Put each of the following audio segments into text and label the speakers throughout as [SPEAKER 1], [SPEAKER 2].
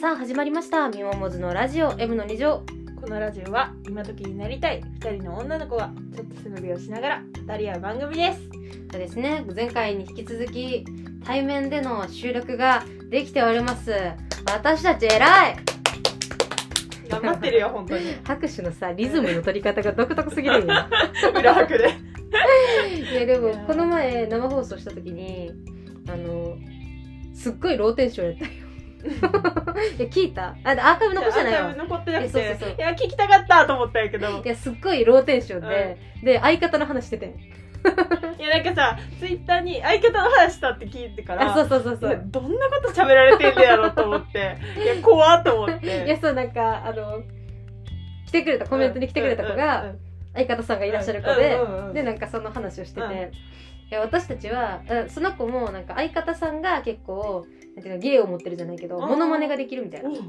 [SPEAKER 1] さあ始まりましたみももずのラジオ M の2乗
[SPEAKER 2] このラジオは今時になりたい2人の女の子がちょっと背伸びをしながら語り合う番組です
[SPEAKER 1] そうですね前回に引き続き対面での収録ができております私たち偉い
[SPEAKER 2] 頑張ってるよ本当に
[SPEAKER 1] 拍手のさリズムの取り方が独特すぎ るよ
[SPEAKER 2] 裏拍で
[SPEAKER 1] いやでも
[SPEAKER 2] いや
[SPEAKER 1] この前生放送した時にあのすっごいローテンションやったよ いや聞いたあアーカイブ残してない
[SPEAKER 2] アーカイ
[SPEAKER 1] わ
[SPEAKER 2] ブ残ってなく
[SPEAKER 1] いや
[SPEAKER 2] て
[SPEAKER 1] そうそうそう
[SPEAKER 2] いや聞きたかったと思ったんやけど
[SPEAKER 1] いやすっごいローテンションで、で相方の話してて
[SPEAKER 2] いやなんかさツイッターに相方の話したって聞いてから
[SPEAKER 1] あそうそうそうそ
[SPEAKER 2] いや
[SPEAKER 1] う
[SPEAKER 2] どんなこと喋られてんねやろと思っていや怖っと思って
[SPEAKER 1] いやそうなんかあの来てくれたコメントに来てくれた子
[SPEAKER 2] うんうん
[SPEAKER 1] が
[SPEAKER 2] うん
[SPEAKER 1] 相方さんがいらっしゃる子
[SPEAKER 2] う
[SPEAKER 1] で
[SPEAKER 2] んうんうん
[SPEAKER 1] でなんかその話をしてて、
[SPEAKER 2] うん
[SPEAKER 1] いや私たちはうんその子もなんか相方さんが結構なんていうの芸を持ってるじゃないけど
[SPEAKER 2] あー
[SPEAKER 1] モノマネができるみたいな
[SPEAKER 2] おうおう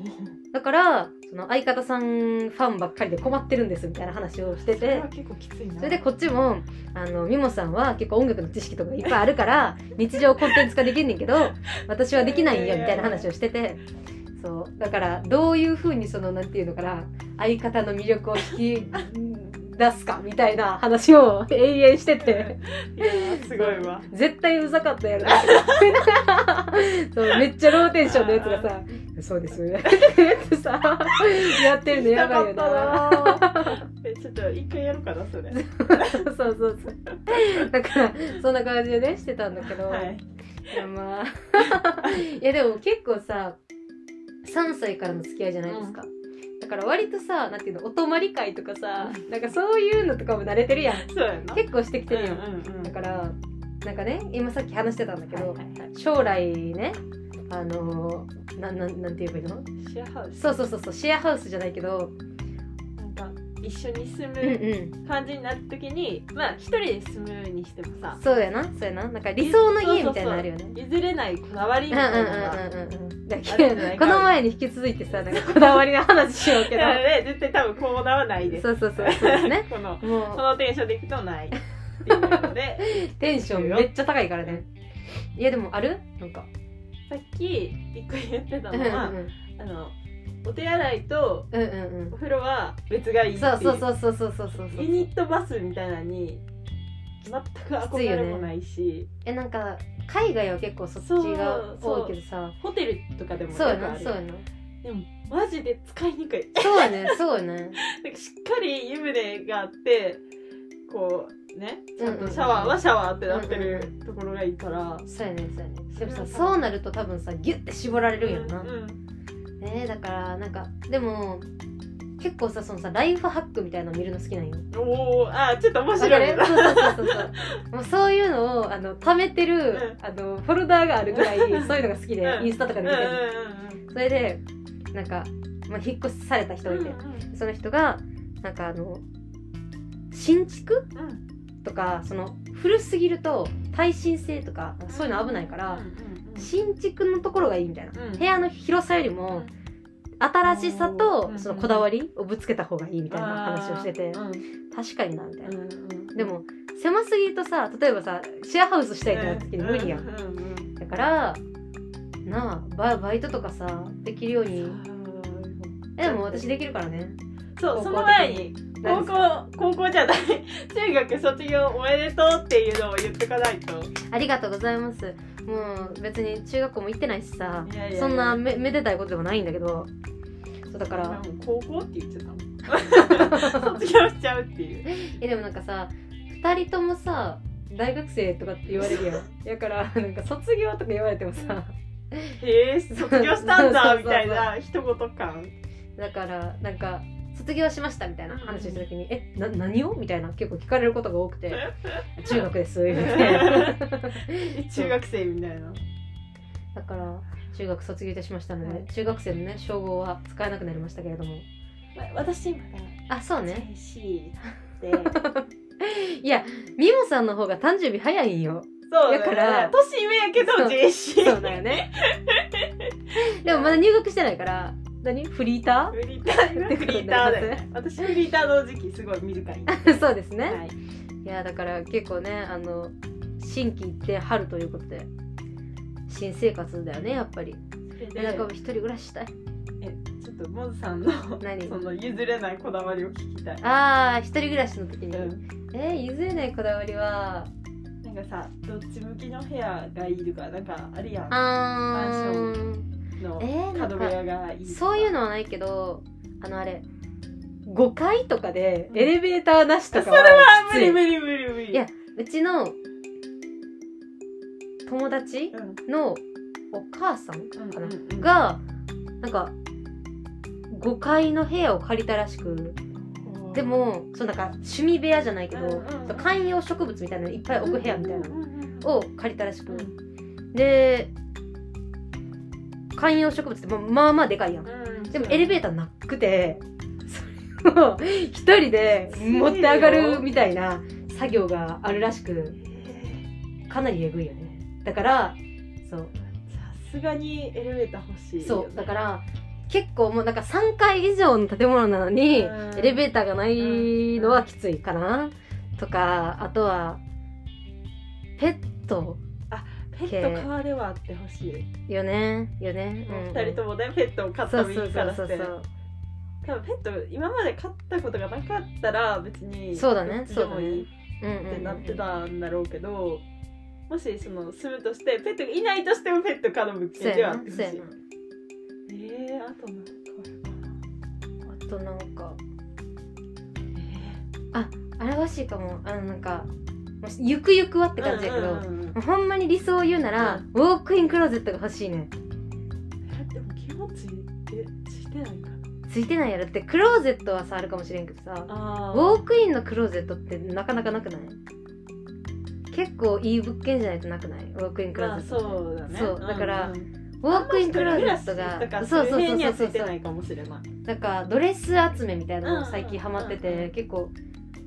[SPEAKER 1] だからその相方さんファンばっかりで困ってるんですみたいな話をして
[SPEAKER 2] それ
[SPEAKER 1] て
[SPEAKER 2] は結構きついな
[SPEAKER 1] それでこっちもあのミモさんは結構音楽の知識とかいっぱいある から日常コンテンツ化できんねんけど私はできないんよみたいな話をしててそうだからどういうふうにそのなんていうのかな相方の魅力を引き出すかみたいな話を 永遠してて
[SPEAKER 2] いやすごいわ
[SPEAKER 1] 絶対うざかったや ろそうめっちゃローテンションのやつがさ「そうです」 ってさやってるのやばいよな。
[SPEAKER 2] 行きたかったなえちょっと一回やろうかなそれ
[SPEAKER 1] そうそうそう。だから、そんな感じでね、してたんだけど、
[SPEAKER 2] はい
[SPEAKER 1] いやまあ。 いや、でも結構さ、3歳からの付き合いじゃないですか。だから割とさ、なんていうの、お泊まり会とかさ、なんかそういうのとかも慣れてるやん。
[SPEAKER 2] そうやな
[SPEAKER 1] 結構してきてるやん。
[SPEAKER 2] うんうんうん
[SPEAKER 1] だから、なんかね、今さっき話してたんだけど、
[SPEAKER 2] はいはいはい
[SPEAKER 1] 将来ね、あのー、なんなんなんて言えばいいの
[SPEAKER 2] シェアハウス
[SPEAKER 1] そうそうそうそうシェアハウスじゃないけど、
[SPEAKER 2] なんか一緒に住
[SPEAKER 1] うんう
[SPEAKER 2] む
[SPEAKER 1] ん、
[SPEAKER 2] 感じになった時にまあ一人で住むにしてもさ
[SPEAKER 1] そうやなそうやななんか理想の家みたいなのあるよね
[SPEAKER 2] 譲れないこだわりみ
[SPEAKER 1] うん
[SPEAKER 2] た
[SPEAKER 1] う
[SPEAKER 2] い
[SPEAKER 1] ん
[SPEAKER 2] なのが
[SPEAKER 1] うんうんうんだ
[SPEAKER 2] あるんじゃ
[SPEAKER 1] け
[SPEAKER 2] ない
[SPEAKER 1] ど
[SPEAKER 2] か
[SPEAKER 1] この前に引き続いてさなんかこだわりの話しようけ ど
[SPEAKER 2] だからね絶対多分こうなはないです
[SPEAKER 1] そうそうそうそうですね
[SPEAKER 2] この こ
[SPEAKER 1] も
[SPEAKER 2] のテンションでいくとないっていうので
[SPEAKER 1] うテンションめっちゃ高いからねいやでもあるなんか
[SPEAKER 2] さっき一個言ってた
[SPEAKER 1] うん
[SPEAKER 2] の
[SPEAKER 1] うんう
[SPEAKER 2] は
[SPEAKER 1] ん
[SPEAKER 2] あのお手洗いと
[SPEAKER 1] うんうん
[SPEAKER 2] お風呂は別がいい
[SPEAKER 1] うん
[SPEAKER 2] ってい
[SPEAKER 1] そううそうそうそうそうそうそう
[SPEAKER 2] ユニットバスみたいなのに全く憧れもないし
[SPEAKER 1] えなんか海外は結構そっちが多いけどさ
[SPEAKER 2] ホテルとかでも
[SPEAKER 1] そうや
[SPEAKER 2] よくあ
[SPEAKER 1] な
[SPEAKER 2] る
[SPEAKER 1] そうやな
[SPEAKER 2] でもマジで使いにくい
[SPEAKER 1] そうやねそうやね
[SPEAKER 2] なんかしっかり湯船があってこうねちゃんとシャワーはシャワーってなって
[SPEAKER 1] うん
[SPEAKER 2] るところがいいから、
[SPEAKER 1] そうやねそうやねでもさそうなると多分さギュッて絞られるんやろな
[SPEAKER 2] うんうん
[SPEAKER 1] ねえだからなんかでも結構さそのさライフハックみたいなの見るの好きなんよ
[SPEAKER 2] おおあーちょっと面
[SPEAKER 1] わか
[SPEAKER 2] 白い
[SPEAKER 1] る
[SPEAKER 2] な
[SPEAKER 1] そうそうそうそうそう。もうそういうのをあの貯めてる、あのフォルダーがあるぐらいそういうのが好きで、
[SPEAKER 2] うん
[SPEAKER 1] インスタとか
[SPEAKER 2] うん
[SPEAKER 1] で
[SPEAKER 2] う
[SPEAKER 1] 見
[SPEAKER 2] ん
[SPEAKER 1] てる。それでなんかまあ引っ越しされた人
[SPEAKER 2] うん
[SPEAKER 1] が
[SPEAKER 2] う
[SPEAKER 1] い
[SPEAKER 2] ん
[SPEAKER 1] て、その人がなんかあの新築
[SPEAKER 2] うん
[SPEAKER 1] とかその古すぎると耐震性とかそういうの危ないから、
[SPEAKER 2] うんうん
[SPEAKER 1] 新築のところがいいみたいな。
[SPEAKER 2] うん
[SPEAKER 1] 部屋の広さよりも新しさ
[SPEAKER 2] う
[SPEAKER 1] と
[SPEAKER 2] ん
[SPEAKER 1] そのこだわりをぶつけた方がいいみたいな話をしてて
[SPEAKER 2] うん
[SPEAKER 1] 確かになみたいな
[SPEAKER 2] う。んうん
[SPEAKER 1] でも狭すぎるとさ例えばさシェアハウスしたいってなった時に無理や
[SPEAKER 2] うんんうん
[SPEAKER 1] だからなあババイトとかさできるように
[SPEAKER 2] うん
[SPEAKER 1] えでも私できるからね
[SPEAKER 2] そうその前に高校高校じゃない中学卒業おめでとうっていうのを言ってかないと
[SPEAKER 1] ありがとうございますもう別に中学校も行ってないしさ
[SPEAKER 2] いやいや
[SPEAKER 1] そんなめめでたいことでもないんだけどそうだ から
[SPEAKER 2] 今もう高校って言っちゃったもん 卒業しちゃうっていう
[SPEAKER 1] えでもなんかさ2人ともさ大学生とかって言われるや んだからなんか卒業とか言われてもさ
[SPEAKER 2] えー、卒業したんだ
[SPEAKER 1] そうそうそうそう
[SPEAKER 2] みたいな一言感
[SPEAKER 1] だからなんか卒業しましたみたいな話をした時に「えな何を?」みたいな結構聞かれることが多くて「中学です」言う て
[SPEAKER 2] 中学生みたいな
[SPEAKER 1] だから中学卒業いたしましたので、中学生のね称号は使えなくなりましたけれども
[SPEAKER 2] 私今
[SPEAKER 1] あそうね
[SPEAKER 2] 嬉しいって
[SPEAKER 1] いやみもさんの方が誕生日早いんよ
[SPEAKER 2] そう
[SPEAKER 1] だから
[SPEAKER 2] 年上やけど
[SPEAKER 1] そう
[SPEAKER 2] JC
[SPEAKER 1] そうだよ ねでもまだ入学してないから何フリータ
[SPEAKER 2] フリーターフリーターだよ
[SPEAKER 1] って
[SPEAKER 2] ね私フリーターの時期すごい短い、
[SPEAKER 1] ーそうですね、
[SPEAKER 2] はい
[SPEAKER 1] いやだから結構ねあの新規一転春ということで新生活だよねやっぱり
[SPEAKER 2] それで
[SPEAKER 1] なんか一人暮らししたい
[SPEAKER 2] とモズさんの
[SPEAKER 1] 何
[SPEAKER 2] その譲れないこだわりを聞きたい。
[SPEAKER 1] ああ一人暮らしの時
[SPEAKER 2] う
[SPEAKER 1] に、
[SPEAKER 2] ん
[SPEAKER 1] えー、譲れないこだわりは
[SPEAKER 2] なんかさどっち向きの部屋がいいとかなんかあるやん
[SPEAKER 1] あー
[SPEAKER 2] の
[SPEAKER 1] えー、な
[SPEAKER 2] 角
[SPEAKER 1] ん
[SPEAKER 2] 部
[SPEAKER 1] か
[SPEAKER 2] 屋がいいとか
[SPEAKER 1] そういうのはないけどあのあれ5階とかでエレベーターなしとかは
[SPEAKER 2] あ
[SPEAKER 1] きつ
[SPEAKER 2] 無
[SPEAKER 1] い
[SPEAKER 2] 理無理無理無理
[SPEAKER 1] いやうちの友達
[SPEAKER 2] うん
[SPEAKER 1] のお母さん
[SPEAKER 2] うん
[SPEAKER 1] か
[SPEAKER 2] う
[SPEAKER 1] なん
[SPEAKER 2] うん
[SPEAKER 1] がなんか5階の部屋を借りたらしくでもそうなんか趣味部屋じゃないけど、
[SPEAKER 2] うんうんうん
[SPEAKER 1] そう観葉植物みたいなのいっぱい置く部屋みたいなの
[SPEAKER 2] うんうんうん
[SPEAKER 1] を借りたらしく、
[SPEAKER 2] うん
[SPEAKER 1] で観葉植物ってまあまあまあでかいやんでもエレベーターなくてそれを一人で持って上がるみたいな作業があるらしくかなりえぐいよねだからそう
[SPEAKER 2] さすがにエレベーター欲しい
[SPEAKER 1] そうだから結構もうなんか3階以上の建物なのに
[SPEAKER 2] うん
[SPEAKER 1] エレベーターがないのはきついかなとかあとはペット
[SPEAKER 2] ペット飼われはあってほしい
[SPEAKER 1] よねよね、うんうん
[SPEAKER 2] 二人ともねペットを飼った
[SPEAKER 1] そう
[SPEAKER 2] もいい
[SPEAKER 1] そう
[SPEAKER 2] か
[SPEAKER 1] そ
[SPEAKER 2] ら
[SPEAKER 1] う
[SPEAKER 2] し
[SPEAKER 1] そう
[SPEAKER 2] て
[SPEAKER 1] そう
[SPEAKER 2] 多分ペット今まで飼ったことがなかったら別に
[SPEAKER 1] そうだね
[SPEAKER 2] どっちでもいい
[SPEAKER 1] うん
[SPEAKER 2] って
[SPEAKER 1] うん
[SPEAKER 2] なってたんだろうけどもしその住むとしてペットがいないとしてもペット可の物
[SPEAKER 1] そう
[SPEAKER 2] 件では
[SPEAKER 1] や
[SPEAKER 2] あ
[SPEAKER 1] な
[SPEAKER 2] ってほし
[SPEAKER 1] そうや
[SPEAKER 2] い
[SPEAKER 1] な
[SPEAKER 2] えー、あとなんかあるか
[SPEAKER 1] あとなんか
[SPEAKER 2] な
[SPEAKER 1] あれ欲しいかもあのなんかもうゆくゆくはって感じやけど、
[SPEAKER 2] うんうんうんうん
[SPEAKER 1] もうほんまに理想を言うなら、
[SPEAKER 2] う
[SPEAKER 1] ウォークインクローゼットが欲しいねん
[SPEAKER 2] えでも気持ちえしてないかな
[SPEAKER 1] ついてないやろってクローゼットはさあるかもしれんけどさ
[SPEAKER 2] あ
[SPEAKER 1] ウォークインのクローゼットってなかなかなくない結構いい物件じゃないとなくないウォークインクロ
[SPEAKER 2] ま
[SPEAKER 1] ー
[SPEAKER 2] あ
[SPEAKER 1] ゼットって、
[SPEAKER 2] そうだね
[SPEAKER 1] そうだから
[SPEAKER 2] んうん
[SPEAKER 1] ウォークインクローゼット
[SPEAKER 2] あんまり一人暮らしと
[SPEAKER 1] が
[SPEAKER 2] か
[SPEAKER 1] そう
[SPEAKER 2] そ
[SPEAKER 1] そ
[SPEAKER 2] うそう
[SPEAKER 1] そ
[SPEAKER 2] う
[SPEAKER 1] う
[SPEAKER 2] に
[SPEAKER 1] そ
[SPEAKER 2] は
[SPEAKER 1] う
[SPEAKER 2] ついて
[SPEAKER 1] そ
[SPEAKER 2] な
[SPEAKER 1] う
[SPEAKER 2] いかもしれない
[SPEAKER 1] なんかドレス集めみたいなの最近ハマって
[SPEAKER 2] うんうんうんう
[SPEAKER 1] て
[SPEAKER 2] ん
[SPEAKER 1] 結構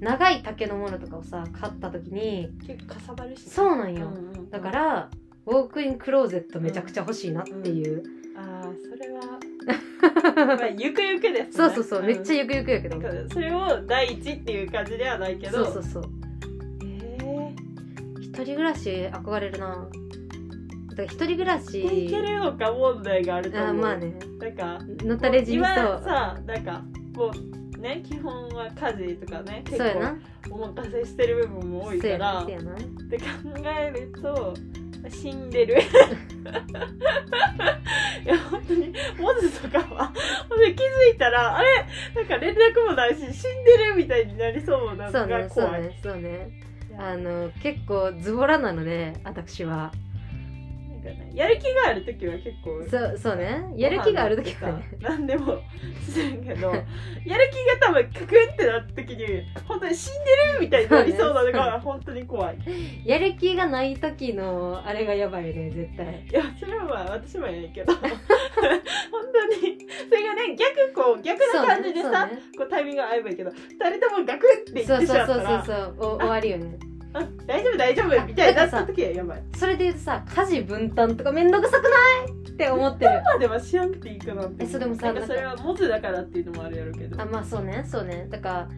[SPEAKER 1] 長い丈のものとかをさ買った時に
[SPEAKER 2] 結構かさばるしね
[SPEAKER 1] そうなんよ
[SPEAKER 2] んうん
[SPEAKER 1] だからウォークインクローゼットめちゃくちゃ欲しいなっていう、
[SPEAKER 2] ああそ れはまあゆくゆくですね
[SPEAKER 1] そうそうそう、めっちゃ
[SPEAKER 2] ゃ
[SPEAKER 1] ゆくゆくやけど
[SPEAKER 2] それを第一っていう感じではないけ
[SPEAKER 1] そ
[SPEAKER 2] ど
[SPEAKER 1] うそうそう
[SPEAKER 2] え
[SPEAKER 1] 一人暮らし憧れるなだから一人暮らし
[SPEAKER 2] えいけるのか問題があると思う
[SPEAKER 1] あまあね
[SPEAKER 2] なんか
[SPEAKER 1] のたれ死に
[SPEAKER 2] 今
[SPEAKER 1] そう
[SPEAKER 2] さなんかもうね基本は家事とかね結
[SPEAKER 1] そうやな
[SPEAKER 2] 構お任せしてる部分も多
[SPEAKER 1] そう
[SPEAKER 2] いか
[SPEAKER 1] やな
[SPEAKER 2] ら
[SPEAKER 1] そうやな
[SPEAKER 2] って考えると死ん でるいや本当にモズとかはほんで気づいたらあれなんか連絡もないし死んでるみたいになりそうな
[SPEAKER 1] そう
[SPEAKER 2] のが
[SPEAKER 1] ねそう
[SPEAKER 2] 怖い、
[SPEAKER 1] ねそうね
[SPEAKER 2] いや
[SPEAKER 1] あの結構ズボラなので私は
[SPEAKER 2] なんかねやる気がある時は結構
[SPEAKER 1] そうそうねやる気がある時はね
[SPEAKER 2] ご飯とか何でもするけど やる気が多分カクンってなった時に本当に死んでるみたいになりそうなのが本当に怖い
[SPEAKER 1] やる気がない時のあれがやばいね絶対
[SPEAKER 2] いやそれはまあ私もやねんけど 本当にそれがね逆こう逆な感じでさ、こうタイミングが合えばいいけど2人ともガクって言っ
[SPEAKER 1] そう
[SPEAKER 2] て
[SPEAKER 1] ね
[SPEAKER 2] し
[SPEAKER 1] そうね
[SPEAKER 2] まっ
[SPEAKER 1] そ
[SPEAKER 2] た
[SPEAKER 1] うそうそうそうお
[SPEAKER 2] ら
[SPEAKER 1] 終わりよね
[SPEAKER 2] うん大丈夫大丈夫みたいになった時はやばい
[SPEAKER 1] それで言うとさ家事分担とかめんどくさくないって思ってる
[SPEAKER 2] 今ではしなくていいかなって
[SPEAKER 1] えそうでもさ
[SPEAKER 2] なんかそれはモズだからっていうのもあるやろうけど
[SPEAKER 1] あまあそうねそうねだか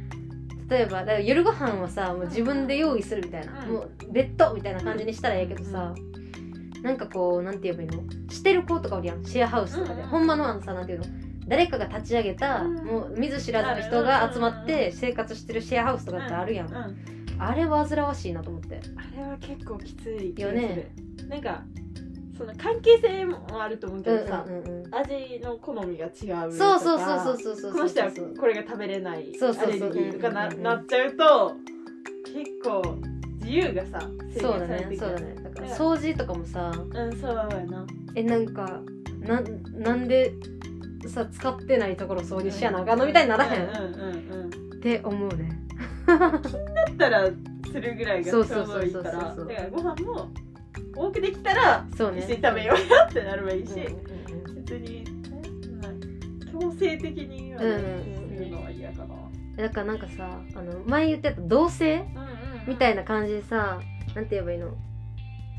[SPEAKER 1] ら例えばだから夜ご飯はさもう自分で用意するみたいな、
[SPEAKER 2] うん
[SPEAKER 1] もうベッドみたいな感じにしたらええけどさ、なんかこうなんて言えばいいのしてる子とかおるやんシェアハウスとかで、
[SPEAKER 2] うん
[SPEAKER 1] ほんまのあのさなんていうの誰かが立ち上げた、
[SPEAKER 2] うん
[SPEAKER 1] もう見ず知らずの人が集まって生活してるシェアハウスとかってあるやん、
[SPEAKER 2] うん、あれ
[SPEAKER 1] あれ煩わしいなと思って
[SPEAKER 2] は結構きつい気が
[SPEAKER 1] よ
[SPEAKER 2] する、
[SPEAKER 1] ね
[SPEAKER 2] なんかその関係性もあると思うけ
[SPEAKER 1] うんう
[SPEAKER 2] ど
[SPEAKER 1] ん
[SPEAKER 2] さ、
[SPEAKER 1] うんうん
[SPEAKER 2] 味の好みが違うとか
[SPEAKER 1] そうそうそうそうそうそう
[SPEAKER 2] この人は
[SPEAKER 1] そう
[SPEAKER 2] これが食べれない
[SPEAKER 1] そうそうそう
[SPEAKER 2] アレルギーとかな,、
[SPEAKER 1] うんうんうん
[SPEAKER 2] なっちゃうと結構自由がさ制
[SPEAKER 1] そうだ
[SPEAKER 2] 限され
[SPEAKER 1] ね
[SPEAKER 2] てき
[SPEAKER 1] そう
[SPEAKER 2] て
[SPEAKER 1] だねだから
[SPEAKER 2] うん
[SPEAKER 1] 掃除とかもさ
[SPEAKER 2] うんそうやな
[SPEAKER 1] えなんかなんなんでさ使ってないところ掃除しやなあかんのみたいにならへん、
[SPEAKER 2] うんうんうんうんだ
[SPEAKER 1] って思うね
[SPEAKER 2] ったらするぐらいがちょうどいいからだ
[SPEAKER 1] そうそうそうそうそう
[SPEAKER 2] からご飯も多くできたら
[SPEAKER 1] そうね
[SPEAKER 2] 一緒に食べようよってなればいいし、
[SPEAKER 1] うんうん
[SPEAKER 2] 別に、ね、そんな強制的にはね
[SPEAKER 1] うん
[SPEAKER 2] するのは嫌かな、
[SPEAKER 1] うんだからなんかさあの前言ってた同性みたい
[SPEAKER 2] な
[SPEAKER 1] な感じでさなんて言えばいいの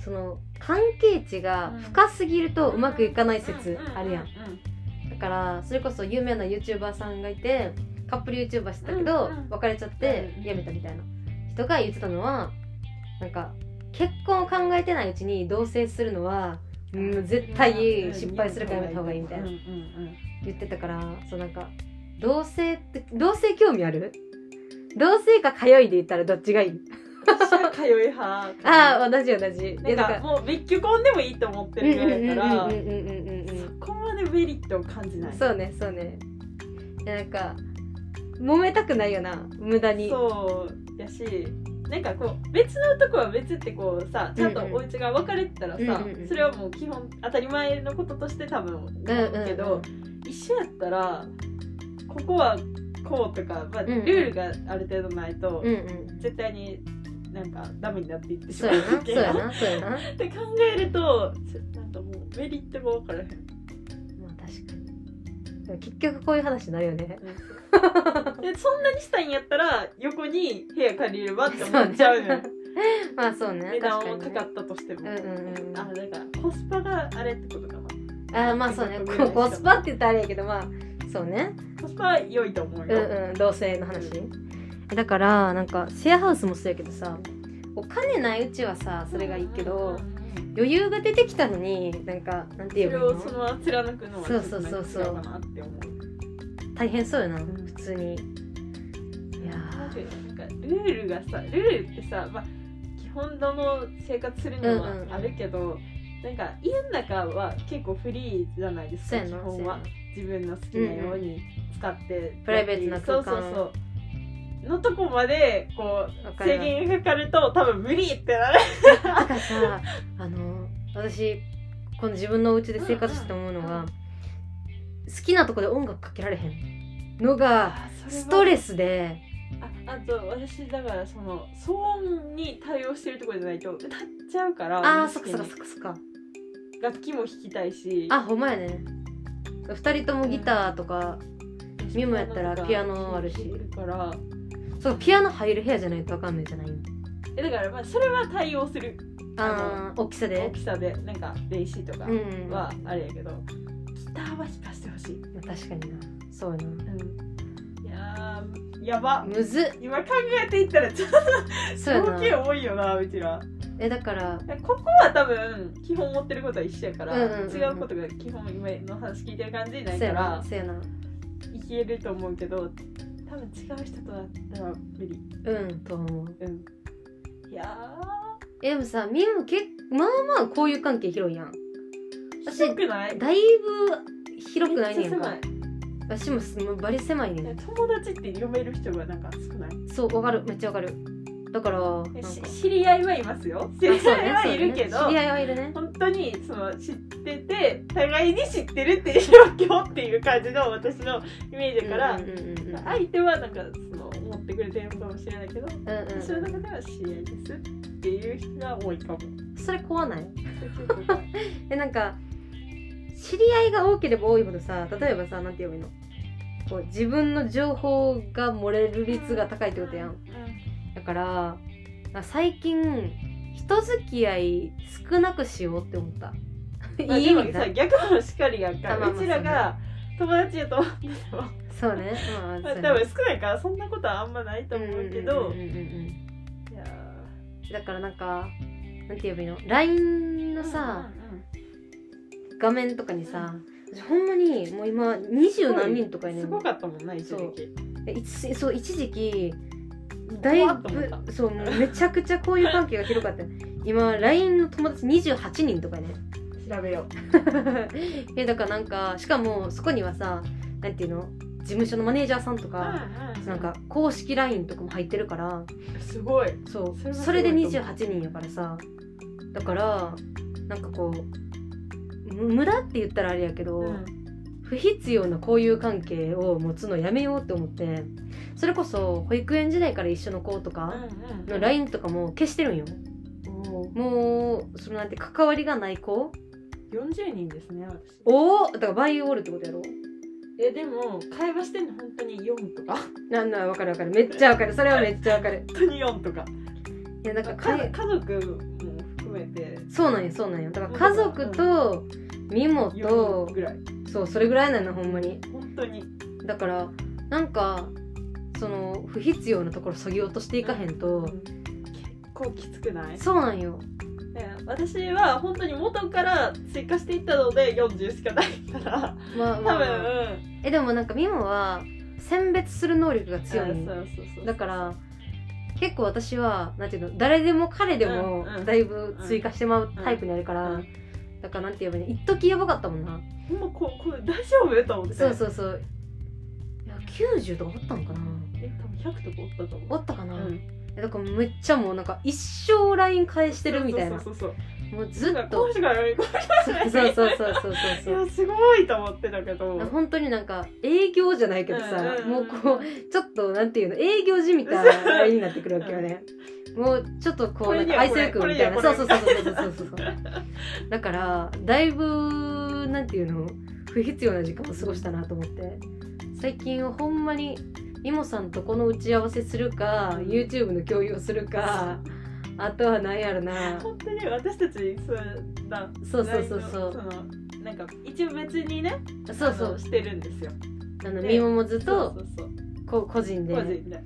[SPEAKER 1] その関係値が深すぎるとうまくいかない説あるやんだからそれこそ有名な YouTuber さんがいてカップル YouTuber してたけど
[SPEAKER 2] うんうん
[SPEAKER 1] 別れちゃって
[SPEAKER 2] うんうん
[SPEAKER 1] やめたみたいな人が言ってたのはなんか結婚を考えてないうちに同棲するのはうん絶対失敗するからやめた方がいいみたいな
[SPEAKER 2] うんうん
[SPEAKER 1] 言ってたからそうなんか同性って同性興味ある同性か通いで言ったらどっちがいい
[SPEAKER 2] うん、私は通い派か
[SPEAKER 1] あ
[SPEAKER 2] な
[SPEAKER 1] あ同じ同じいや
[SPEAKER 2] なんかもう別居婚でもいいと思ってるぐらいだから、
[SPEAKER 1] うんうんうんうんうんうんうん
[SPEAKER 2] そこまでメリットを感じない
[SPEAKER 1] そうねそうねいやなんか揉めたくないよな無駄に
[SPEAKER 2] そうやしなんかこう別のとこは別ってこうさちゃんと
[SPEAKER 1] うんうん
[SPEAKER 2] お家が別れてたらさ、
[SPEAKER 1] うんうんうん
[SPEAKER 2] それはもう基本当たり前のこととして多分思う
[SPEAKER 1] うんうんうん
[SPEAKER 2] けど、一緒やったらここはこうとか、まあ
[SPEAKER 1] んうん
[SPEAKER 2] ルールがある程度ないと、
[SPEAKER 1] うんうん
[SPEAKER 2] 絶対になんかダメになっていってし
[SPEAKER 1] そ
[SPEAKER 2] ま
[SPEAKER 1] う
[SPEAKER 2] う
[SPEAKER 1] やなそ
[SPEAKER 2] わけ
[SPEAKER 1] う
[SPEAKER 2] や
[SPEAKER 1] やなそうやなまあ
[SPEAKER 2] って考えるとなんかもうメリットが分からへん。
[SPEAKER 1] 確かにでも結局こういう話になるよね
[SPEAKER 2] でそんなにしたいんやったら横に部屋借りればって思っちゃうのよ。
[SPEAKER 1] まあそうね
[SPEAKER 2] 値段は
[SPEAKER 1] 確
[SPEAKER 2] か
[SPEAKER 1] かに
[SPEAKER 2] か
[SPEAKER 1] ね
[SPEAKER 2] ったとしても、
[SPEAKER 1] うんうんうん
[SPEAKER 2] あだからコスパがあれってことかな
[SPEAKER 1] あーまあそうねこコスパって言ったらあれやけどまあそうね
[SPEAKER 2] コスパは良いと思う
[SPEAKER 1] う
[SPEAKER 2] よ、
[SPEAKER 1] んうん同性の話、だからなんかシェアハウスもそうやけどさお金ないうちはさそれがいいけど、余裕が出てきたのになんかなんて言
[SPEAKER 2] そ
[SPEAKER 1] えば
[SPEAKER 2] れ
[SPEAKER 1] いい
[SPEAKER 2] を
[SPEAKER 1] の
[SPEAKER 2] そのまま貫くのは
[SPEAKER 1] そうそうそうそう
[SPEAKER 2] ちょっとなんか違かなって思う
[SPEAKER 1] 大変そうやな、
[SPEAKER 2] ん
[SPEAKER 1] 普通にいや
[SPEAKER 2] なんかルールがさルールってさ、まあ、基本どの生活するのは
[SPEAKER 1] うんうん
[SPEAKER 2] あるけど、なんか家の中は結構フリーじゃないです
[SPEAKER 1] そう
[SPEAKER 2] か
[SPEAKER 1] や
[SPEAKER 2] 基
[SPEAKER 1] な
[SPEAKER 2] 本は自分の好きなように使って、
[SPEAKER 1] プライベートな空間
[SPEAKER 2] そうそうそうのとこまでこ
[SPEAKER 1] わ
[SPEAKER 2] う
[SPEAKER 1] か
[SPEAKER 2] 制
[SPEAKER 1] る
[SPEAKER 2] 限がかかると多分無理ってなる
[SPEAKER 1] だからさ あの私この自分のお家で生活してて思うの
[SPEAKER 2] うんう
[SPEAKER 1] が
[SPEAKER 2] ん
[SPEAKER 1] 好きなとこで音楽かけられへんのがストレスで
[SPEAKER 2] ああと私だからその騒音に対応してるところじゃないと歌っちゃうから
[SPEAKER 1] あーそっかそっか
[SPEAKER 2] 無意
[SPEAKER 1] そっかそっか
[SPEAKER 2] 識に楽器も弾きたいし
[SPEAKER 1] あほんまやね二人ともギターとか、ミモやったらピアノあるし
[SPEAKER 2] 弾いてるから
[SPEAKER 1] そうピアノ入る部屋じゃないとわかんないじゃない
[SPEAKER 2] えだからまあそれは対応する
[SPEAKER 1] あー大きさで
[SPEAKER 2] 大きさでなんか電子とか
[SPEAKER 1] うん、
[SPEAKER 2] はあれやけど、ギターは弾かしてほしい、
[SPEAKER 1] 確かになそうやな
[SPEAKER 2] うん、いやーやば
[SPEAKER 1] むずっ
[SPEAKER 2] 今考えていったらちょっと
[SPEAKER 1] そうや
[SPEAKER 2] 大
[SPEAKER 1] な
[SPEAKER 2] きい多いよなうちら
[SPEAKER 1] えだから
[SPEAKER 2] ここは多分基本持ってることは一緒やから、
[SPEAKER 1] うんうんうんうん
[SPEAKER 2] 違うことが基本今の話聞いてる感じにな
[SPEAKER 1] そ
[SPEAKER 2] いう
[SPEAKER 1] や
[SPEAKER 2] か
[SPEAKER 1] な
[SPEAKER 2] ら
[SPEAKER 1] そうやない
[SPEAKER 2] けると思うけど多分違う人とだったら無理
[SPEAKER 1] うんと思う
[SPEAKER 2] うんいや
[SPEAKER 1] えでもさみんも結まあまあこういう関係広いやん
[SPEAKER 2] ー
[SPEAKER 1] 私
[SPEAKER 2] 広くない
[SPEAKER 1] だいぶ広くないねん
[SPEAKER 2] め
[SPEAKER 1] か
[SPEAKER 2] っちゃ
[SPEAKER 1] 私もすもうバリ狭いね
[SPEAKER 2] 狭い
[SPEAKER 1] ん
[SPEAKER 2] 友達って読める人がなんか少ない
[SPEAKER 1] そうわかるめっちゃわかるだからなんか
[SPEAKER 2] えし
[SPEAKER 1] あ
[SPEAKER 2] 知り合いはいますよ知
[SPEAKER 1] そうね
[SPEAKER 2] り
[SPEAKER 1] そう
[SPEAKER 2] 合いは
[SPEAKER 1] ね
[SPEAKER 2] いるけど、
[SPEAKER 1] 知り合いはいるね
[SPEAKER 2] 本当にその知ってて互いに知ってるっていう状況っていう感じの私のイメージだから、
[SPEAKER 1] うんうんうんうんうん
[SPEAKER 2] 相手はなんかその思ってくれてるのかもしれないけど
[SPEAKER 1] うんうん
[SPEAKER 2] 私の中では知り合いですっていう人が多いかも。
[SPEAKER 1] それ怖ない
[SPEAKER 2] 結構怖い
[SPEAKER 1] えなんか知り合いが多ければ多いほどさ例えばさなんて言えばいいのこう自分の情報が漏れる率が高いってことやんだからあ最近人付き合い少なくしようって思った
[SPEAKER 2] ま あ
[SPEAKER 1] いい意味
[SPEAKER 2] でも
[SPEAKER 1] で
[SPEAKER 2] さ逆もしかりやんか、
[SPEAKER 1] あまあまあ
[SPEAKER 2] うちらが友達やと思ってても、
[SPEAKER 1] そうね、まあ、
[SPEAKER 2] ま
[SPEAKER 1] そ
[SPEAKER 2] あ、
[SPEAKER 1] う
[SPEAKER 2] 多
[SPEAKER 1] ね
[SPEAKER 2] 分少ないからそんなことはあんまないと思うけど、
[SPEAKER 1] んんうんうんうん
[SPEAKER 2] いや
[SPEAKER 1] うんだからなんかなんて言えばいいの LINE
[SPEAKER 2] ー
[SPEAKER 1] のさ、、
[SPEAKER 2] うん
[SPEAKER 1] 画面とかにさ、私ほんまにもう今二十何人とか
[SPEAKER 2] う
[SPEAKER 1] い
[SPEAKER 2] ん
[SPEAKER 1] ね
[SPEAKER 2] す
[SPEAKER 1] ん
[SPEAKER 2] ごかったもんな一
[SPEAKER 1] そう
[SPEAKER 2] 時期
[SPEAKER 1] えいつそう一時期だい
[SPEAKER 2] 怖っと思った
[SPEAKER 1] ぶそうもうめちゃくちゃこういう関係が広かったよ今 LINE の友達28人とかね
[SPEAKER 2] 調べよう
[SPEAKER 1] えだからなんかしかもそこにはさなんていうの事務所のマネージャーさんとか、なんか公式 LINE とかも入ってるから
[SPEAKER 2] すごい
[SPEAKER 1] そう
[SPEAKER 2] そ
[SPEAKER 1] そ
[SPEAKER 2] れ
[SPEAKER 1] れ
[SPEAKER 2] はすご
[SPEAKER 1] で
[SPEAKER 2] いと思う
[SPEAKER 1] 28人やからさだからなんかこうむ無駄って言ったらあれやけど、不必要な交友関係を持つのやめようって思ってそれこそ保育園時代から一緒の子とかの LINE とかも消してるんよもうそのなんて関わりがない子
[SPEAKER 2] 四十人ですね私
[SPEAKER 1] おおだからバイオールってことやろ
[SPEAKER 2] えでも会話してんの本当に四と か
[SPEAKER 1] なんだわかるわかるめっちゃわかるそれはめっちゃわかる
[SPEAKER 2] 本当に四とか
[SPEAKER 1] いやだ
[SPEAKER 2] か
[SPEAKER 1] からか
[SPEAKER 2] 家
[SPEAKER 1] い
[SPEAKER 2] 族も含めて
[SPEAKER 1] そうなんよそうなんよだから家族とミモ
[SPEAKER 2] 四
[SPEAKER 1] と
[SPEAKER 2] ぐらい
[SPEAKER 1] そうそれぐらいなのほんまに
[SPEAKER 2] 本当に
[SPEAKER 1] だからなんかその不必要なところそぎ落としていかへんと、
[SPEAKER 2] 結構きつくない
[SPEAKER 1] そうなんよ
[SPEAKER 2] えー私は本当に元から追加していったので40しかないから
[SPEAKER 1] まあま
[SPEAKER 2] 多
[SPEAKER 1] あまあ
[SPEAKER 2] 分
[SPEAKER 1] えでもなんかミモは選別する能力が強い
[SPEAKER 2] うん
[SPEAKER 1] の
[SPEAKER 2] そうそうそう
[SPEAKER 1] だから結構私はなんていうの誰でも彼でも
[SPEAKER 2] うんうん
[SPEAKER 1] だいぶ追加してまうタイプになるから、
[SPEAKER 2] うん
[SPEAKER 1] だからなんて言えばいいの一時やばかったもんな、
[SPEAKER 2] ほんまここれ大丈夫と思って
[SPEAKER 1] そうそうそういや90とかあったのかな
[SPEAKER 2] え多分100とかおったと思う
[SPEAKER 1] あったかな、
[SPEAKER 2] うん
[SPEAKER 1] えだからめっちゃもうなんか一生 LINE 返してるみたいな
[SPEAKER 2] そうそうそう
[SPEAKER 1] もう
[SPEAKER 2] そう
[SPEAKER 1] ず
[SPEAKER 2] だから
[SPEAKER 1] っ
[SPEAKER 2] こう
[SPEAKER 1] と
[SPEAKER 2] しかないこうしか
[SPEAKER 1] そ
[SPEAKER 2] な
[SPEAKER 1] う
[SPEAKER 2] い
[SPEAKER 1] そうそうそうそう
[SPEAKER 2] い
[SPEAKER 1] そう
[SPEAKER 2] やすごいと思ってたけど
[SPEAKER 1] 本当になんか営業じゃないけどさ、
[SPEAKER 2] うん
[SPEAKER 1] も
[SPEAKER 2] うん
[SPEAKER 1] う
[SPEAKER 2] うん
[SPEAKER 1] こうちょっとなんていうの営業じみたいな LINE になってくるわけよ ね、もうちょっとこ
[SPEAKER 2] こ
[SPEAKER 1] うな
[SPEAKER 2] れ
[SPEAKER 1] ん
[SPEAKER 2] に
[SPEAKER 1] か
[SPEAKER 2] は
[SPEAKER 1] 愛せるくみたいな
[SPEAKER 2] こ
[SPEAKER 1] そう
[SPEAKER 2] れ
[SPEAKER 1] そう
[SPEAKER 2] こ
[SPEAKER 1] そうそうそうそうそうだからだいぶなんていうの不必要な時間を過ごしたなと思って最近はほんまにミモさんとこの打ち合わせするか YouTube の共有をするかあとは何やろな
[SPEAKER 2] 本当に私たちそうだ
[SPEAKER 1] そうそうそうそ
[SPEAKER 2] そうのなんか一応別にね
[SPEAKER 1] そうそ
[SPEAKER 2] あの
[SPEAKER 1] う
[SPEAKER 2] してるんですよ
[SPEAKER 1] あのミモもず
[SPEAKER 2] そ
[SPEAKER 1] と
[SPEAKER 2] うそうそう
[SPEAKER 1] こう個人で
[SPEAKER 2] 個人で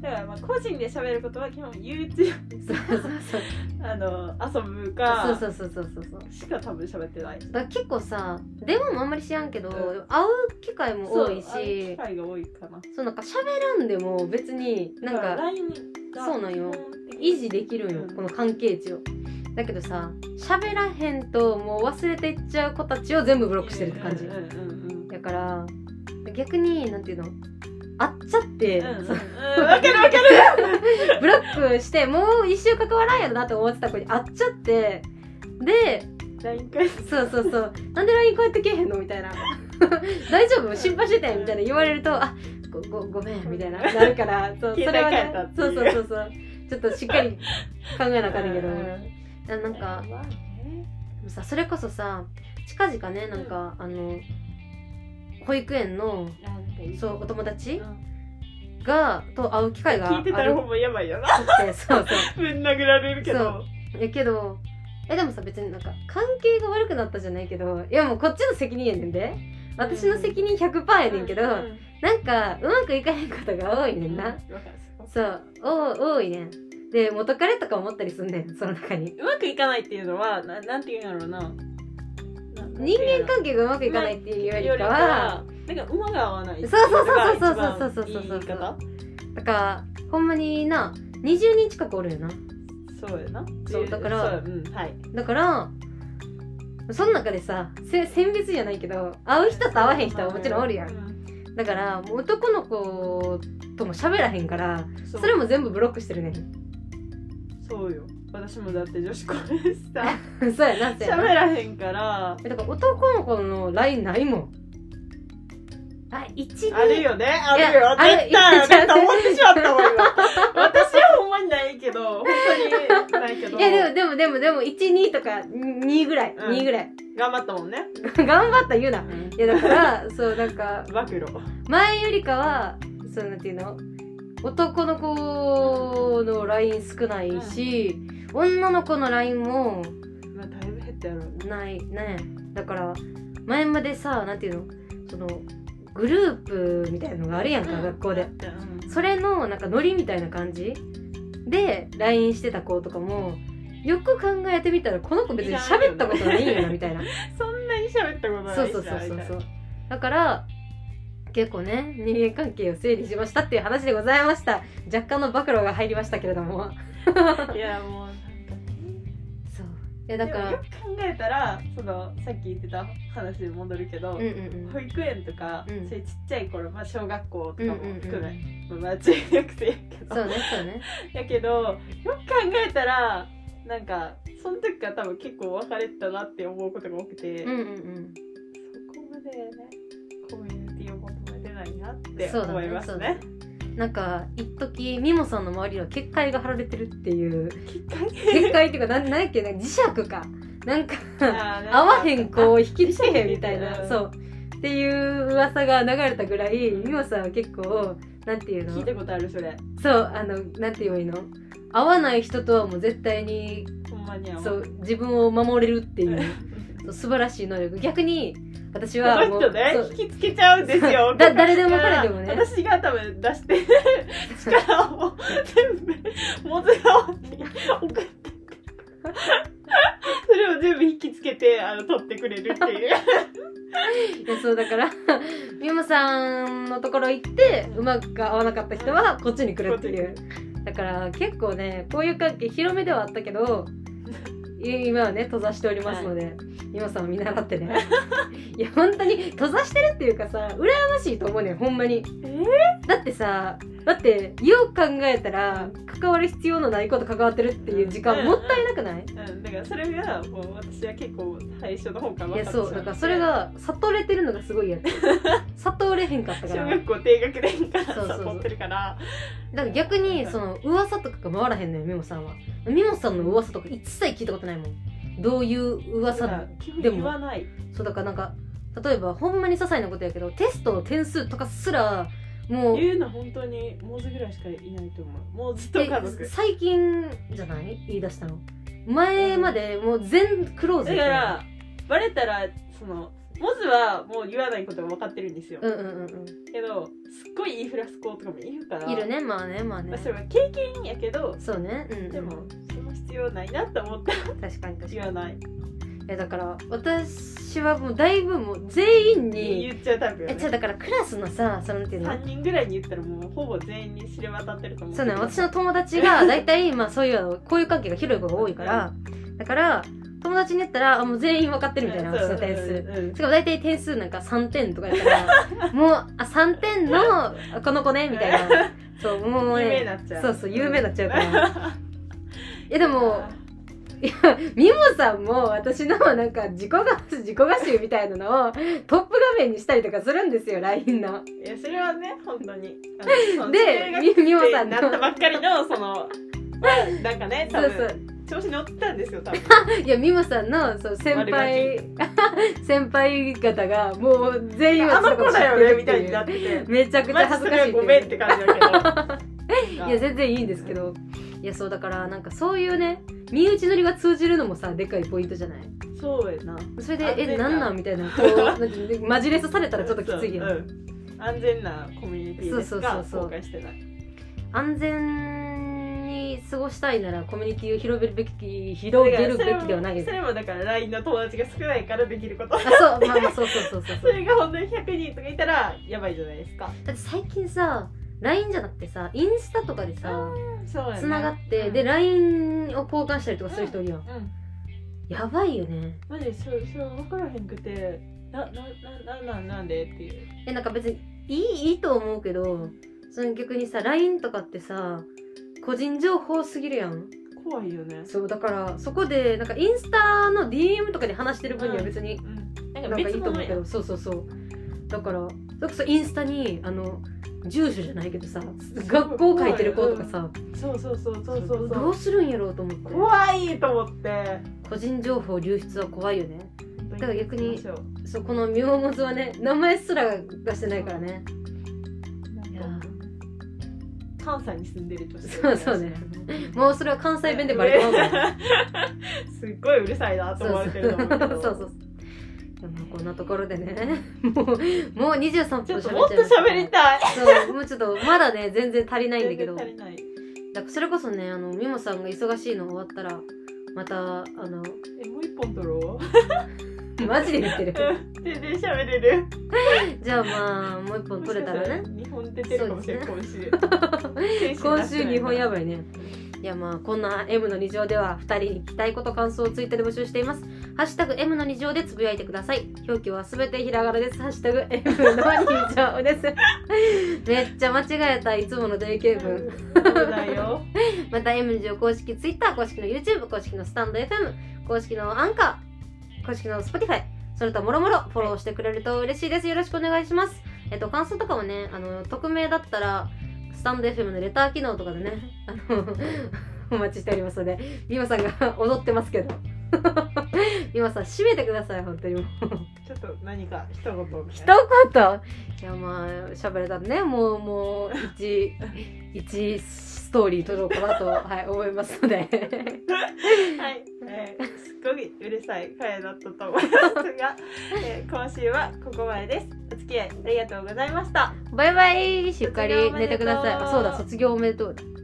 [SPEAKER 2] だからまあ個人で喋ることは基本 YouTube
[SPEAKER 1] そうそうそう
[SPEAKER 2] あの遊ぶ
[SPEAKER 1] そう
[SPEAKER 2] か
[SPEAKER 1] そうそうそうそうそう
[SPEAKER 2] しか多分喋ってない
[SPEAKER 1] だから結構さ電話もあんまり知らんけど、
[SPEAKER 2] う
[SPEAKER 1] 会う機会も多い
[SPEAKER 2] そうああいう機
[SPEAKER 1] し
[SPEAKER 2] 会が多いかな
[SPEAKER 1] そうなんか喋らんでも別になん
[SPEAKER 2] だら
[SPEAKER 1] か
[SPEAKER 2] LINE が
[SPEAKER 1] そうなんよ
[SPEAKER 2] 基本的に
[SPEAKER 1] 維持できるんよ
[SPEAKER 2] うん
[SPEAKER 1] この関係値をだけどさ喋らへんともう忘れていっちゃう子たちを全部ブロックしてるって感じ
[SPEAKER 2] うんうんうんうん
[SPEAKER 1] だから逆になんていうの会っちゃって、
[SPEAKER 2] うんうんうん
[SPEAKER 1] その
[SPEAKER 2] わかるわかる
[SPEAKER 1] ブロックしてもう一生関わらんやろなと思ってた子に会っちゃってで
[SPEAKER 2] LINE 返す
[SPEAKER 1] そうそうそうなんで LINE こうやってけえへんのみたいな 大丈夫心配してたよみたいな言われるとあごごごめんみたいななるからそうそ
[SPEAKER 2] 携帯
[SPEAKER 1] れは、
[SPEAKER 2] 変え
[SPEAKER 1] ね
[SPEAKER 2] たっ、て
[SPEAKER 1] そう
[SPEAKER 2] い
[SPEAKER 1] そう
[SPEAKER 2] う
[SPEAKER 1] そうそうちょっとしっかり考えなあかんねんけど
[SPEAKER 2] うんうん
[SPEAKER 1] ななんか
[SPEAKER 2] まあね
[SPEAKER 1] さそれこそさ近々ねなんか、あの保育園の
[SPEAKER 2] あなんかいい
[SPEAKER 1] そうお友達
[SPEAKER 2] うん
[SPEAKER 1] がと会う機会があ
[SPEAKER 2] 聞い
[SPEAKER 1] る
[SPEAKER 2] てたらほんまやばいよな
[SPEAKER 1] くてそうそう
[SPEAKER 2] ぶん殴られるけ
[SPEAKER 1] そう
[SPEAKER 2] ど
[SPEAKER 1] やけどえでもさ別になんか関係が悪くなったじゃないけどいやもうこっちの責任やねんで私の責任100%やねんけど、
[SPEAKER 2] ううん
[SPEAKER 1] なんかうまくいかへんことが多いねんな、
[SPEAKER 2] うんわかる
[SPEAKER 1] そうお多いねんで元彼とか思ったりすんねんその中に
[SPEAKER 2] うまくいかないっていうのはななんていうんだろうなななんてい
[SPEAKER 1] 人
[SPEAKER 2] うんや
[SPEAKER 1] 間
[SPEAKER 2] ろ
[SPEAKER 1] 関係がうまくいかないっていうより
[SPEAKER 2] より
[SPEAKER 1] か
[SPEAKER 2] か
[SPEAKER 1] は
[SPEAKER 2] はなんか馬が合わな
[SPEAKER 1] そ
[SPEAKER 2] い
[SPEAKER 1] うそうそうそうそうそう
[SPEAKER 2] っていのが一番いい言い方
[SPEAKER 1] だからほんまにな20人近くおるよな
[SPEAKER 2] そうやな
[SPEAKER 1] そうだから
[SPEAKER 2] そううんはい
[SPEAKER 1] だからその中でさせ選別じゃないけど会う人と会わへん人はもちろんおるや
[SPEAKER 2] うんん
[SPEAKER 1] だからもう男の子とも喋らへんから
[SPEAKER 2] そ
[SPEAKER 1] そうれも全部ブロックしてるねん
[SPEAKER 2] そうよ私もだって女子校でさ
[SPEAKER 1] そうやなそうやな
[SPEAKER 2] 喋らへんから
[SPEAKER 1] えだから男の子の LINE ないもんあ一
[SPEAKER 2] あるよねある
[SPEAKER 1] いや
[SPEAKER 2] よ
[SPEAKER 1] ある
[SPEAKER 2] 絶対あると思ってしまったもん
[SPEAKER 1] いや
[SPEAKER 2] 今私はほんまにないけど本当にないけど
[SPEAKER 1] いやでもでもでもでも12とか2ぐらい、
[SPEAKER 2] うん
[SPEAKER 1] 2ぐらい
[SPEAKER 2] 頑張ったもんね
[SPEAKER 1] 頑張った言うな
[SPEAKER 2] うん
[SPEAKER 1] いやだから そうなんか
[SPEAKER 2] 暴露
[SPEAKER 1] 前よりかはそうなんていうの男の子の LINE 少ないし、女の子の LINE も
[SPEAKER 2] まあだいぶ減ったやろうね
[SPEAKER 1] ないねだから前までさなんていうのそのグループみたいなのがあるやんか、学校で
[SPEAKER 2] うん
[SPEAKER 1] それのなんかノリみたいな感じで LINE してた子とかもよく考えてみたらこの子別に喋ったことないんやなみたいな
[SPEAKER 2] そんなに喋ったことない
[SPEAKER 1] そうそうそうそうそうだから結構ね人間関係を整理しましたっていう話でございました若干の暴露が入りましたけれども
[SPEAKER 2] ういやもうなんか
[SPEAKER 1] そういや
[SPEAKER 2] だ
[SPEAKER 1] だ
[SPEAKER 2] か
[SPEAKER 1] から
[SPEAKER 2] よ
[SPEAKER 1] ら
[SPEAKER 2] く考えたらそのさっき言ってた話に戻るけど、
[SPEAKER 1] うんうんうん
[SPEAKER 2] 保育園とか、
[SPEAKER 1] うん
[SPEAKER 2] そういうちっちゃい頃、まあ、小学校とかも
[SPEAKER 1] う
[SPEAKER 2] 含
[SPEAKER 1] んうんう
[SPEAKER 2] め、まあ、中学生やけど
[SPEAKER 1] そうねそう ね
[SPEAKER 2] やけどよく考えたらなんかその時から多分結構別れてたなって思うことが多くて、
[SPEAKER 1] うんうんうん
[SPEAKER 2] そこまでねコミュニティを求めてないなって
[SPEAKER 1] そうだ
[SPEAKER 2] 思
[SPEAKER 1] ね
[SPEAKER 2] いま
[SPEAKER 1] そ
[SPEAKER 2] す
[SPEAKER 1] うだ
[SPEAKER 2] ね
[SPEAKER 1] ね。なんか一時ミモさんの周りは結界が張られてるっていう
[SPEAKER 2] きっか
[SPEAKER 1] 結界っていうかなんなんやっけな磁石かなん か
[SPEAKER 2] けあーなんか
[SPEAKER 1] 合わへん子を引きつけへんみたいな
[SPEAKER 2] うん
[SPEAKER 1] そうっていう噂が流れたぐらい美穂さんは結構なんていう
[SPEAKER 2] 聞い
[SPEAKER 1] の
[SPEAKER 2] たことあるそれ
[SPEAKER 1] そうあのなんて言えばいいの合わない人とはもう絶対に
[SPEAKER 2] ほんまにあんま
[SPEAKER 1] そう自分を守れるっていうそう素晴らしい能力逆に私はも
[SPEAKER 2] こ
[SPEAKER 1] う
[SPEAKER 2] の人ね
[SPEAKER 1] そう
[SPEAKER 2] 引きつけちゃうんですよ
[SPEAKER 1] だ誰でも彼でもね
[SPEAKER 2] 私が多分出して力を全部モズ側に送ってそれを全部引きつけてあの取ってくれるっていう
[SPEAKER 1] いやそうだから 美馬さんのところ行ってうまく合わなかった人はこっちに来るっていうだから結構ねこういう関係広めではあったけどい今はね閉ざしておりますので、美馬さんを見習ってねいや本当に閉ざしてるっていうかさ羨ましいと思うねんほんまに
[SPEAKER 2] え
[SPEAKER 1] だってさだってよく考えたら関わる必要のないこと関わってるっていう時間もったいなくない
[SPEAKER 2] うん、だからそれがもう私は結構最初の方から
[SPEAKER 1] い
[SPEAKER 2] 分
[SPEAKER 1] や
[SPEAKER 2] かってし
[SPEAKER 1] そうだからそれが悟れてるのがすごいやつ悟れへんかったか
[SPEAKER 2] 小
[SPEAKER 1] らだ
[SPEAKER 2] 学校低学年か
[SPEAKER 1] そうそ
[SPEAKER 2] ら
[SPEAKER 1] うそう
[SPEAKER 2] 取ってるから
[SPEAKER 1] から逆にその噂とかが回らへんのよミモさんはミモさんの噂とか一切聞いたことないもんどういう噂
[SPEAKER 2] だか
[SPEAKER 1] だ
[SPEAKER 2] ら基本
[SPEAKER 1] でも
[SPEAKER 2] 言わない
[SPEAKER 1] そうだからなんか例えばほんまに些細なことやけどテストの点数とかすらもう
[SPEAKER 2] 言うの本当にモーズぐらいしかいないと思うモーズと家
[SPEAKER 1] え
[SPEAKER 2] 族
[SPEAKER 1] 最近じゃない言い出したの前までもう全クローズ
[SPEAKER 2] だからバレたらそのモズはもう言わないことが分かってるんですよ、
[SPEAKER 1] うんうんうんう
[SPEAKER 2] けどすっごい言いふらす子とかもいるから
[SPEAKER 1] んいるねまあねまあ
[SPEAKER 2] ま
[SPEAKER 1] ね
[SPEAKER 2] あ、それは経験やけど
[SPEAKER 1] そうねうん、うん、
[SPEAKER 2] でもその必要ないなと思って
[SPEAKER 1] 確かに確かに
[SPEAKER 2] 言わない
[SPEAKER 1] えだから私はもうだいぶもう全員に
[SPEAKER 2] 言っちゃうタイプよ、
[SPEAKER 1] え
[SPEAKER 2] ね
[SPEAKER 1] じゃ、だからクラスのさそのなんていうの
[SPEAKER 2] 3人ぐらいに言ったらもうほぼ全員に知れ渡ってると思う
[SPEAKER 1] そうね私の友達 が大体まあそういうこういう関係が広い子が多いからだから友達に言ったらあもう全員分かってるみたいな私の点数しかも大体点数なんか3点とかやから もうあ3点のあこの子ねみたいなそうもう
[SPEAKER 2] 有名に
[SPEAKER 1] ね
[SPEAKER 2] なっちゃう
[SPEAKER 1] そうそう有名になっちゃうから
[SPEAKER 2] ら
[SPEAKER 1] いやでもいや、ミモさんも私のなんか自己画自己画集みたいなのをトップ画面にしたりとかするんですよ、LINE の。
[SPEAKER 2] いやそれはね本当にあの
[SPEAKER 1] で
[SPEAKER 2] 中学、
[SPEAKER 1] ミミモさ
[SPEAKER 2] 生
[SPEAKER 1] ん
[SPEAKER 2] に
[SPEAKER 1] の
[SPEAKER 2] な。ったばっかりのそのなんかね
[SPEAKER 1] そ
[SPEAKER 2] 多
[SPEAKER 1] う
[SPEAKER 2] 分
[SPEAKER 1] そう。
[SPEAKER 2] 調子乗ったんですよ多分
[SPEAKER 1] いや、ミモさんのそう先輩、 先輩方がもう全員
[SPEAKER 2] あの子だよねみたいにな
[SPEAKER 1] な
[SPEAKER 2] ってて
[SPEAKER 1] めちゃくちゃ恥ずかしいって
[SPEAKER 2] マジそれはごめんって感じ だけど
[SPEAKER 1] いや、全然いいんですけど。いや、そうだからなんかそういうね、身内乗りが通じるのもさ、でかいポイントじゃない
[SPEAKER 2] そうやな
[SPEAKER 1] それで
[SPEAKER 2] 安、全
[SPEAKER 1] え、な
[SPEAKER 2] だ
[SPEAKER 1] んなんみたいな、こう、なんかマジレスされたらちょっときつい よ
[SPEAKER 2] う
[SPEAKER 1] ね。
[SPEAKER 2] ん安全なコミュニティですが
[SPEAKER 1] そうそうそうそう
[SPEAKER 2] 後悔してない
[SPEAKER 1] 安全に過ごしたいならコミュニティを広げるべき広げるべきではないで
[SPEAKER 2] そ
[SPEAKER 1] す
[SPEAKER 2] れもだから LINE の友達が少ないからできること
[SPEAKER 1] あそうまあまあそうそうそうそう
[SPEAKER 2] そ
[SPEAKER 1] そう
[SPEAKER 2] れが本当に100人とかいたらやばいじゃないですか
[SPEAKER 1] だって最近さ LINE じゃなくてさインスタとかでさ
[SPEAKER 2] そうやね
[SPEAKER 1] つながって、
[SPEAKER 2] うん
[SPEAKER 1] で LINE を交換したりとかする人いるやん、
[SPEAKER 2] うん
[SPEAKER 1] やばいよね
[SPEAKER 2] マジでそれそれ分からへんくてなななななんなんでっていう
[SPEAKER 1] えなんか別にいいいいと思うけどその逆にさ LINE とかってさ個人情報すぎるやん
[SPEAKER 2] 怖いよね
[SPEAKER 1] そうだからそこでなんかインスタの DM とかで話してる分には別に
[SPEAKER 2] うんな
[SPEAKER 1] な
[SPEAKER 2] んか
[SPEAKER 1] んかいい
[SPEAKER 2] 別
[SPEAKER 1] と
[SPEAKER 2] 物
[SPEAKER 1] 思うけ
[SPEAKER 2] や
[SPEAKER 1] どそうそうそうだからそれこそインスタにあの住所じゃないけどさ学校書いてる子とかさ
[SPEAKER 2] そうそうそうそうそう
[SPEAKER 1] ど
[SPEAKER 2] そうう
[SPEAKER 1] するんやろうと思って
[SPEAKER 2] 怖いと思って
[SPEAKER 1] 個人情報流出は怖いよね
[SPEAKER 2] だ
[SPEAKER 1] から逆に
[SPEAKER 2] そう
[SPEAKER 1] そうこのミモモズはね名前すら出してないからねいや
[SPEAKER 2] なんか関西に住んでると
[SPEAKER 1] そうそうねもうそれは関西弁でバレてますね
[SPEAKER 2] すっごいうるさいな
[SPEAKER 1] そ
[SPEAKER 2] と
[SPEAKER 1] うそ
[SPEAKER 2] 思わ
[SPEAKER 1] う
[SPEAKER 2] れてると思うけど
[SPEAKER 1] そうそうでもこんなところでねもうもう23
[SPEAKER 2] ち
[SPEAKER 1] 分
[SPEAKER 2] ょっと
[SPEAKER 1] 喋
[SPEAKER 2] も
[SPEAKER 1] っ
[SPEAKER 2] っ
[SPEAKER 1] ちゃい
[SPEAKER 2] と
[SPEAKER 1] ました
[SPEAKER 2] 喋りたい
[SPEAKER 1] そうもうちょっとまだね全然足りないんだけど
[SPEAKER 2] 全然足りない
[SPEAKER 1] だからそれこそねあのミモさんが忙しいの終わったらまたあの
[SPEAKER 2] えもう一本取ろう
[SPEAKER 1] マジで言ってる
[SPEAKER 2] 全然喋れる
[SPEAKER 1] じゃあまあもう一本取れたらね
[SPEAKER 2] 日本出てるかもしれない、
[SPEAKER 1] そ
[SPEAKER 2] 今週
[SPEAKER 1] 今週日本や
[SPEAKER 2] ば
[SPEAKER 1] ばいねいやまあこんな M の2乗では2人に聞きたいこと感想をツイッターで募集していますハッシュタグ M の2乗でつぶやいてください表記はすべてひらがなですハッシュタグ M の2乗 ですめっちゃ間違えたいつもの定型文
[SPEAKER 2] そう だよ
[SPEAKER 1] また M 字を公式 Twitter 公式の YouTube 公式のスタンド FM 公式のアンカー公式の Spotify それともろもろフォローしてくれると嬉しいですよろしくお願いしますえっと感想とかもねあの匿名だったらスタンド FM のレター機能とかでねあの お待ちしておりますので美馬さんが 踊ってますけど美馬さん締めてください本当にもう
[SPEAKER 2] ちょっと何か一言みたい
[SPEAKER 1] 一
[SPEAKER 2] な
[SPEAKER 1] 言いやまあ喋れたらねもうもう一一ストーリー撮ろうかなと、はい、思いますので
[SPEAKER 2] はい、えー、すっごいうるさい回だったと思いますが、えー、今週はここまでですお付き合いありがとうございました
[SPEAKER 1] バイバイしっかり寝てください
[SPEAKER 2] 卒業おめでとう
[SPEAKER 1] あそうだ卒業おめでとう